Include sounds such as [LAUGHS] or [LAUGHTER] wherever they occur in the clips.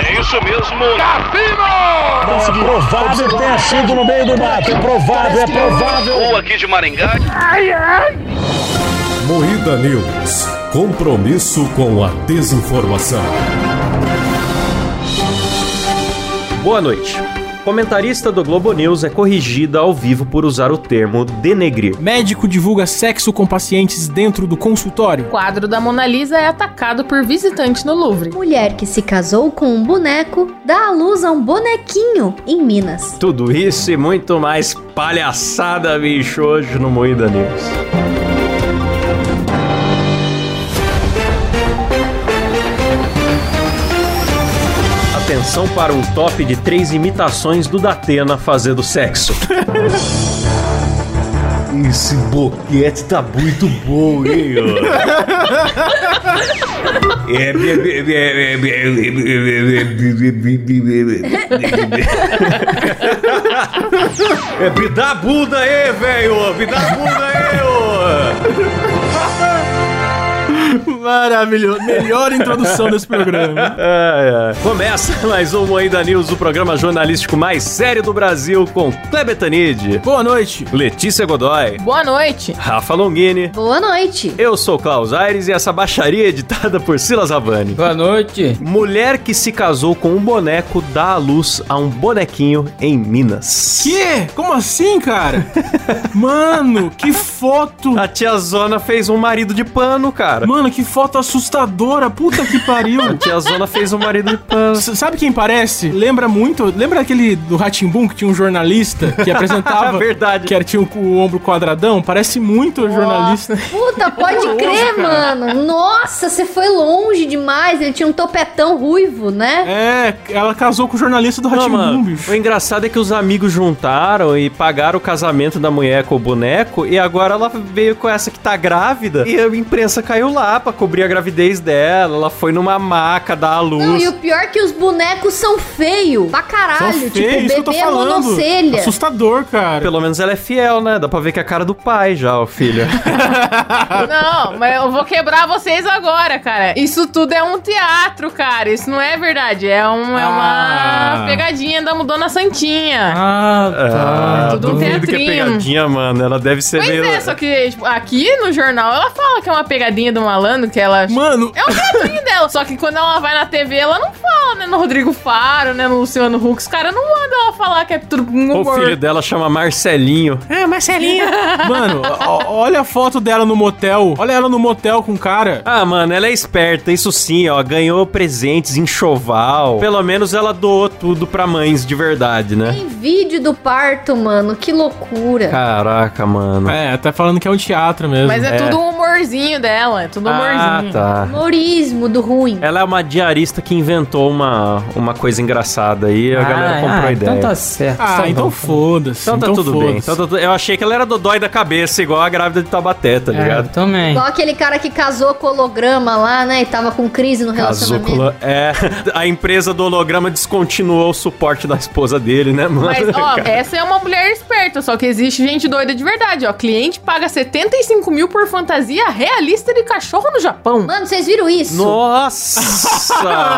É isso mesmo. Cassino! É provável ter sido no meio do mato. É provável, é provável. Ou aqui de Maringá. Moída News. Compromisso com a desinformação. Boa noite. Comentarista do Globo News é corrigida ao vivo por usar o termo denegrir. Médico divulga sexo com pacientes dentro do consultório. Quadro da Mona Lisa é atacado por visitante no Louvre. Mulher que se casou com um boneco dá à luz a um bonequinho em Minas. Tudo isso e muito mais palhaçada, bicho, hoje no Moída News. Atenção para um top de três imitações do Datena fazendo sexo. [LAUGHS] Esse boquete tá muito bom, hein? ó? É, be- be- be- be- be- be- be- be- be- be- be- be- É, me dá a bunda aí, velho! Me dá a bunda aí, ô! Maravilhoso. Melhor introdução desse programa. Ai, ai. Começa [LAUGHS] mais um Moída News, o programa jornalístico mais sério do Brasil, com Kleber Tanid, Boa noite. Letícia Godoy, [LAUGHS] Boa noite. Rafa Longini. Boa noite. Eu sou Klaus Aires e essa baixaria é editada por Silas Havani. Boa noite. Mulher que se casou com um boneco dá à luz a um bonequinho em Minas. Que? Como assim, cara? Mano, que foto. A tia Zona fez um marido de pano, cara. Mano, que foto assustadora. Puta que pariu. A tia Zona fez um marido de pano. S- Sabe quem parece? Lembra muito. Lembra aquele do Ratimbum que tinha um jornalista que [LAUGHS] apresentava. Verdade. Que era, tinha o, o ombro quadradão? Parece muito o jornalista. Puta, pode crer, mano. Nossa, você foi longe demais. Ele tinha um topetão ruivo, né? É, ela casou com o jornalista do Não, Ratimbum, mano, bicho. o engraçado é que os amigos juntaram e pagaram o casamento da mulher com o boneco e agora ela veio com essa que tá grávida e a imprensa caiu lá pra cobrir a gravidez dela. Ela foi numa maca dar à luz. Não, e o pior é que os bonecos são feios. Pra São caralho. feios, isso que eu tipo, tô bebê falando. monocelha. Assustador, cara. Pelo menos ela é fiel, né? Dá pra ver que é a cara do pai já, o [LAUGHS] filho. Não, mas eu vou quebrar vocês agora, cara. Isso tudo é um teatro, cara. Isso não é verdade. É, um, é Ah. uma pegadinha da Dona Santinha. Ah, tá. Ah, tudo um duvido que é teatrinho. pegadinha, mano. Ela deve ser Pois meio... é, só que tipo, aqui no jornal ela fala que é uma pegadinha do malandro, que ela. Mano, É o teatrinho [LAUGHS] dela. Só que quando ela vai na TV, ela não fala, né? No Rodrigo Faro, né? No Luciano Huck. Os caras não mandam ela falar que é tudo um O humor. filho dela chama Marcelinho. Ah, Marcelinha. mano, ó- olha a foto dela no motel. Olha ela no motel com o cara. Ah, mano, ela é esperta, isso sim, ó. Ganhou presentes em choval. Pelo menos ela doou tudo pra mães de verdade, né? Tem vídeo do parto, mano. Que loucura. Caraca, mano. É, tá falando que é um teatro mesmo. Mas é, É. tudo um humorzinho dela. É tudo ah, humorzinho. tá. Humorismo do ruim. Ela é uma diarista que inventou uma, uma coisa engraçada aí, a galera comprou a ideia. Então tá certo. Ah, Tá então bom. foda-se. Então tá tudo bem. foda-se. Então tá tu- Eu achei que ela era dodói da cabeça, igual a grávida de Tabaté, tá É, ligado? eu também. Igual aquele cara que casou com holograma lá, né? E tava com crise tá no relacionamento. Casúcula. É, [LAUGHS] a empresa do holograma descontinuou o suporte da esposa dele, né, mano? Mas, ó, [LAUGHS] Cara. essa é uma mulher esperta, só que existe gente doida de verdade, ó. Cliente paga 75 mil por fantasia realista de cachorro no Japão. Mano, vocês viram isso? Nossa!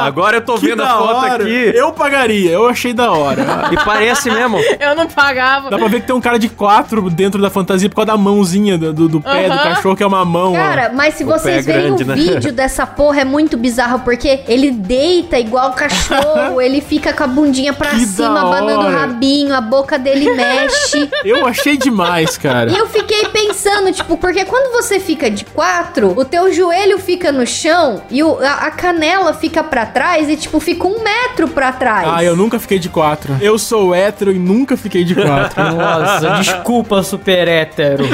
Agora eu tô [LAUGHS] Que vendo a da foto hora. aqui. Eu pagaria, eu achei da hora. E parece [LAUGHS] mesmo. Eu não pagava. Dá pra ver que tem um cara de quatro dentro da fantasia por causa da mãozinha do, do- do pé do Aham. cachorro, que é uma mão. ó. Cara, mas se O pé vocês é verem grande, o né? vídeo dessa porra, é muito bizarro, porque ele deita igual cachorro, ele fica com a bundinha pra Que da cima, abanando o hora. rabinho, a boca dele mexe. Eu achei demais, cara. [LAUGHS] E eu fiquei pensando, tipo, porque quando você fica de quatro, o teu joelho fica no chão e o- a, a canela fica pra trás e, tipo, fica um metro pra trás. Ah, eu nunca fiquei de quatro. Eu sou hétero e nunca fiquei de quatro. Nossa, desculpa, super hétero.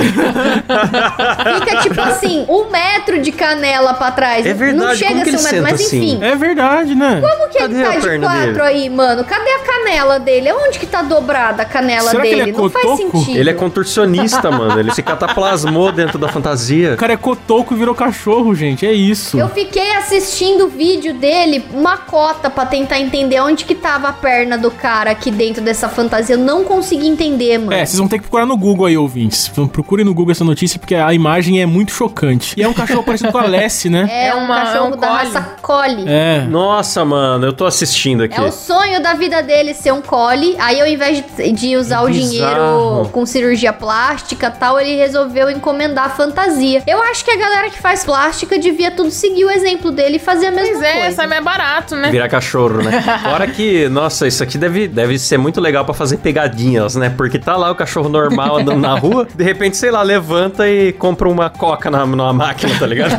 Fica, tipo assim, um metro de canela pra trás. É verdade, Não chega como a que ser um ele metro, mas senta assim? enfim. É verdade, né? Como que Cadê ele a tá de perna quatro dele? aí, mano? Cadê a canela dele? Onde que tá dobrada a canela Será que dele? ele é Não faz cotoco? sentido. Ele é contorcionista, mano. Ele se cataplasmou dentro da fantasia. O cara é cotoco e virou cachorro, gente. É isso. Eu fiquei assistindo o vídeo dele, uma cota, pra tentar entender onde que tava a perna do cara aqui dentro dessa fantasia. Eu não consegui entender, mano. É, vocês vão ter que procurar no Google aí, ouvintes. Então, Procurem no Google essa notícia, porque a imagem é muito chocante. E é um cachorro parecido com a Lessie, né? É, É um uma- é cachorro um da collie. raça collie. É. É. Nossa, mano, eu tô assistindo É aqui. o sonho da vida dele ser um collie. Aí, ao invés de, de usar o Bizarro. dinheiro com cirurgia plástica e tal, ele resolveu encomendar a fantasia. Eu acho que a galera que faz plástica devia tudo seguir o exemplo dele e fazer a mesma Pois é, coisa. essa é mais barato, né? Virar cachorro, [LAUGHS] né? Fora que, nossa, isso aqui deve, deve ser muito legal pra fazer pegadinhas, né? Porque tá lá o cachorro normal andando na rua, de repente, sei lá, levanta e compra uma coca na, numa máquina, tá [LAUGHS] ligado?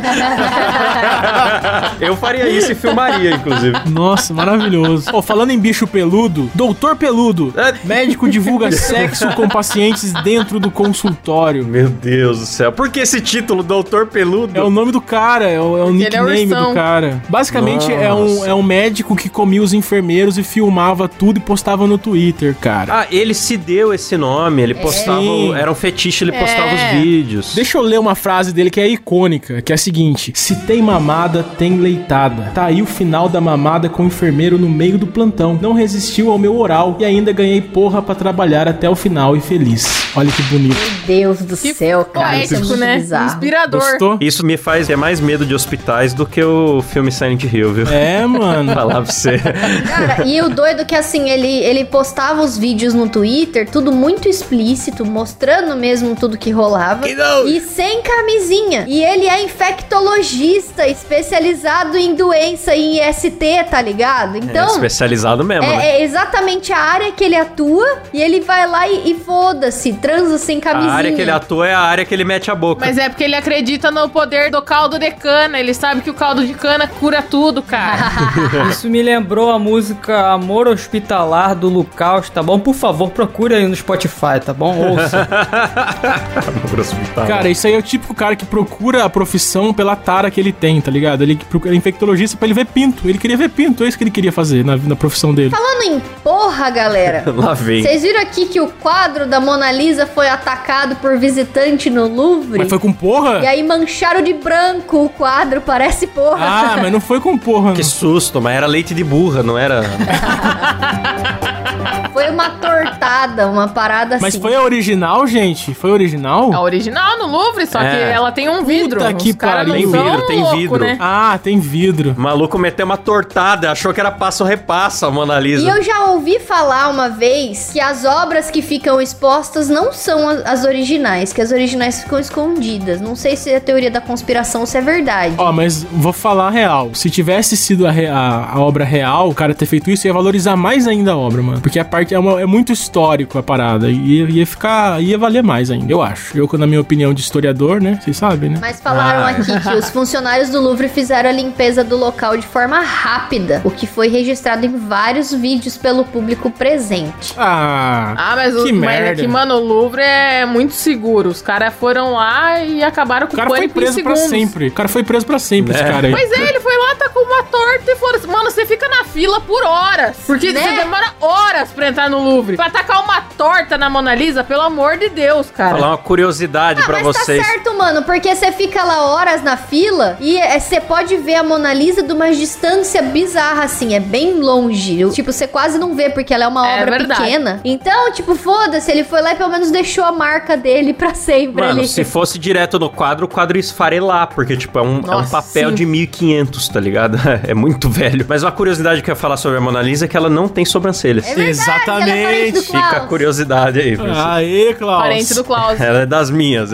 eu faria isso e filmaria, inclusive. Nossa, maravilhoso. Ó, falando em bicho peludo, doutor peludo. É. Médico divulga sexo com pacientes dentro do consultório. Meu Deus do céu. Por que esse título, Doutor Peludo? É o nome do cara, é o, é o Ele é nickname ursão. do cara. Basicamente, é um, Nossa. é um médico que comia os enfermeiros e filmava tudo e postava no Twitter, cara. Ah, ele se deu esse nome, ele postava. Sim. o- Era um fetiche, ele postava É. os vídeos. Deixa eu ler uma frase dele que é icônica, que é a seguinte: Se tem mamada, tem leitada. Tá aí o final da mamada com o enfermeiro no meio do plantão. Não resistiu ao meu oral e ainda ganhei porra pra trabalhar até o final e feliz. Olha que bonito. Meu Deus do Que céu, cara. isso é poético, muito né? bizarro. Inspirador. Gostou? Isso me faz ter mais medo de hospitais do que o filme Silent Hill, viu? É, mano. Falar pra você. Cara, e o doido que assim, ele, ele postava os vídeos no Twitter, tudo muito explícito, mostrando mesmo tudo que rolava. E sem camisinha. E ele é infectologista, especializado em doença e em ST, tá ligado? É [LAUGHS] Então. especializado mesmo, né? É, é exatamente a área que ele atua e ele vai lá e, e foda-se, transa sem camisinha. A área que ele atua é a área que ele mete a boca. Mas é porque ele acredita no poder do caldo de cana. Ele sabe que o caldo de cana cura tudo, cara. [LAUGHS] Isso me lembrou a música Amor Hospitalar do Lucaus, tá bom? Por favor, procure aí no Spotify, tá bom? Ouça. Pro hospital. Cara, isso aí é o típico cara que procura a profissão pela tara que ele tem, tá ligado? Ele que procura ele é infectologista pra ele ver pinto. Ele queria ver pinto, é isso que ele queria fazer na, na profissão dele. Falando em porra, galera. [LAUGHS] lá vem. Vocês viram aqui que o quadro da Mona Lisa foi atacado por visitante no Louvre? Mas foi com E porra? aí mancharam de branco o quadro, parece porra. Ah, mas não foi com porra, Que não. susto, mas era leite de burra, não era? Foi uma tortada, uma parada Mas assim. É foi a original, gente? Foi a original? A original no Louvre, só É. que ela tem um vidro. Puta que caras pariu. não Tem são vidro, tem louco, vidro. Né? Ah, tem vidro. O maluco meteu uma tortada, achou que era passo repassa a Mona Lisa. E eu já ouvi falar uma vez que as obras que ficam expostas não são a- as originais, que as originais ficam escondidas. Não sei se é teoria da conspiração ou se é verdade. Ó, mas vou falar a real. Se tivesse sido a, re- a- a obra real, o cara ter feito isso, ia valorizar mais ainda a obra, mano. Porque a parte é, uma- é muito histórico a parada. E ia, ia ficar. ia valer mais ainda, eu acho. Eu, na minha opinião de historiador, né? Vocês sabem, né? Mas falaram Ah, é. aqui que os funcionários do Louvre fizeram a limpeza do local de forma rápida, o que foi registrado em vários vídeos pelo público presente. Ah. Ah, mas, Que o, mas é merda. que, mano, o Louvre é muito seguro. Os caras foram lá e acabaram com O o cara foi pânico em preso pra segundos. sempre. O cara foi preso pra sempre, esse Né? cara aí. Pois é, ele foi lá, tacou uma torta e falou assim, mano, você fica na fila por horas. Porque Né? você demora horas pra entrar no Louvre. Pra tacar uma torta na Mona Lisa, pelo amor de Deus, cara. Falar uma curiosidade pra mas vocês. tá certo, mano, porque você fica lá horas na fila e eh, você pode ver a Mona Lisa de uma distância bizarra, assim, é bem longe. Eu- Tipo, você quase não vê, porque ela é uma É obra verdade. pequena. Então, tipo, foda-se, ele foi lá e pelo menos deixou a marca dele pra sempre Mano, ali. se fosse direto no quadro, o quadro ia esfarelar, porque, tipo, é um, é um Nossa, papel sim. de 1500, tá ligado? [LAUGHS] É muito velho. Mas uma curiosidade que eu ia falar sobre a Mona Lisa é que ela não tem sobrancelhas. É verdade, ela é parente do Fica a Klaus. curiosidade aí, pra você. Aê, Klaus. Parente do Klaus. Ela é das minhas.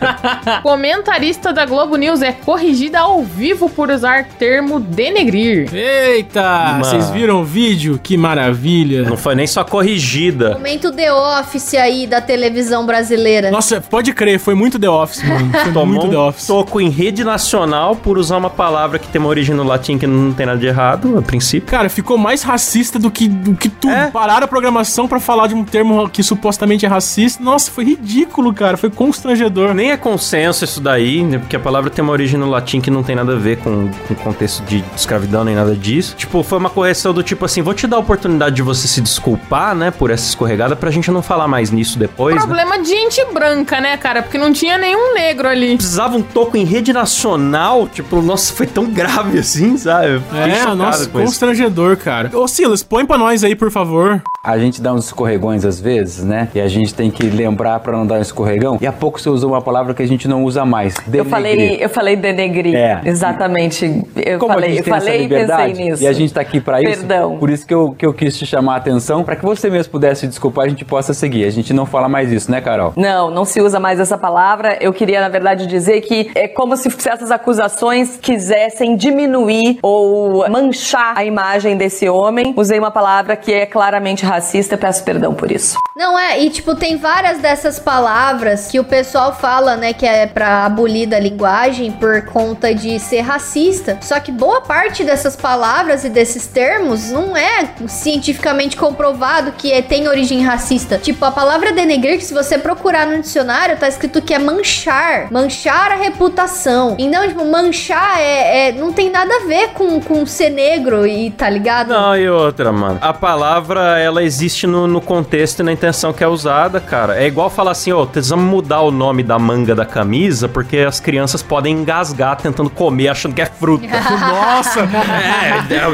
[LAUGHS] Comentarista da Globo News é corrigida ao vivo por usar termo denegrir. Eita! Mano. Vocês viram o vídeo? Que maravilha. não foi nem só corrigida. Momento The Office aí da televisão É. brasileira. Nossa, pode crer, foi muito The Office, mano. Foi Tomou muito The um Office. soco em rede nacional por usar uma palavra que tem uma origem no latim que não tem nada de errado, a princípio. Cara, ficou mais racista do que, do que tudo. É. Pararam a programação pra falar de um termo que supostamente é racista. Nossa, foi ridículo, cara. Foi constrangedor. Nem é consenso isso daí, né? Porque a palavra tem uma origem no latim que não tem nada a ver com com o contexto de escravidão nem nada disso. Tipo, foi uma correção do tipo assim, vou te dar a oportunidade de você se desculpar, né, por essa escorregada pra gente não falar mais nisso depois, né? Problema de gente branca, né, cara? Porque não tinha nenhum negro ali. Precisava um toco em rede nacional, tipo, nossa, foi tão grave assim, sabe? Eu fiquei É, chocado nossa, com isso. constrangedor, cara. Ô, Silas, põe pra nós aí, por favor. A gente dá uns escorregões às vezes, né? E a gente tem que lembrar pra não dar um escorregão. E há pouco você usou uma palavra que a gente não usa mais. Eu denegrir. falei, eu falei denegrir. É. Exatamente. Eu Como a falei, gente eu tem essa falei e pensei liberdade nisso. e a gente tá aqui pra isso, Perdão. por isso que eu, que eu quis te chamar a atenção, pra que você mesmo pudesse se desculpar e a gente possa seguir. A gente não fala mais isso, né, Carol? [LAUGHS] Não, não se usa mais essa palavra. Eu queria, na verdade, dizer que é como se essas acusações quisessem diminuir ou manchar a imagem desse homem. Usei uma palavra que é claramente racista, peço perdão por isso. Não é, e tipo, tem várias dessas palavras que o pessoal fala, né, que é pra abolir da linguagem por conta de ser racista. Só que boa parte dessas palavras e desses termos não é cientificamente comprovado que é- tem origem racista. Tipo, a palavra denegrir, que se você procurar no dicionário, tá escrito que é manchar. Manchar a reputação. Então, tipo, manchar é, é- não tem nada a ver com, com ser negro e tá ligado? Não, e outra, mano. A palavra, ela existe no, no contexto e na intenção que é usada, cara. É igual falar assim, ó, precisamos mudar o nome da manga da camisa, porque as crianças podem engasgar tentando comer achando que é fruta. Nossa! [LAUGHS]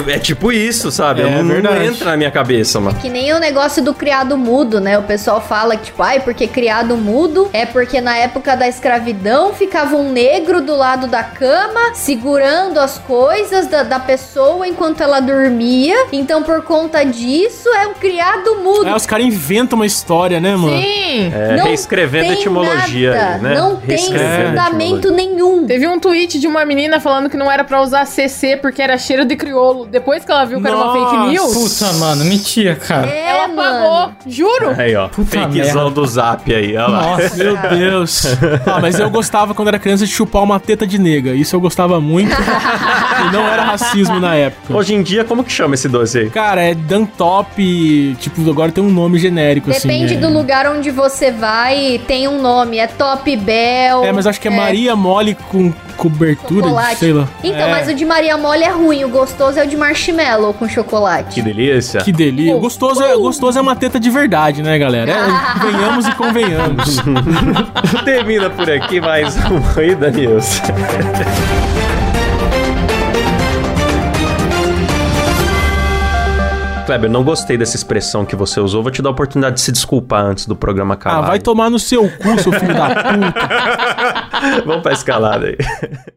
é, é, é tipo isso, sabe? É não, não verdade. entra na minha cabeça, mano. Que nem o negócio do criado mudo, né? O pessoal fala que, tipo, ai, porque criado mudo é porque na época da escravidão ficava um negro do lado da cama segurando as coisas da, da pessoa enquanto ela dormia. Então, por conta disso, é um criado mudo. Aí É, os caras inventam uma história, né, mano? Sim. É, Não reescrevendo a tem etimologia, nada, aí, né? Não tem Reescrevendo a fundamento etimologia. nenhum. Teve um tweet de uma menina falando que não era pra usar CC porque era cheiro de crioulo. Depois que ela viu que era uma fake news, Puta, mano, mentira, cara. É, ela mano. apagou. Juro. Aí, ó. Puta Fakezão merda. do zap aí, ó lá. Nossa. Meu Deus. Ah, mas eu gostava quando era criança de chupar uma teta de nega. Isso eu gostava muito. e não era racismo na época. Hoje em dia, como que chama esse doce aí? Cara, é Dantop. Tipo, agora tem um nome genérico Depende assim. é. do lugar onde você vai, tem um nome. É Top Bell. É, mas acho que é, Maria Mole com cobertura, Chocolate. sei lá. Então, É. mas o de Maria Mole é ruim, o gostoso é o de marshmallow com chocolate. Que delícia. Que delícia. Gostoso é, gostoso é uma teta de verdade, né, galera? É, venhamos e convenhamos. Termina por aqui mais um Oi, Daniels. Kleber, não gostei dessa expressão que você usou. Vou te dar a oportunidade de se desculpar antes do programa Ah, calado. vai tomar no seu cu, seu filho da puta. Vamos pra escalada aí.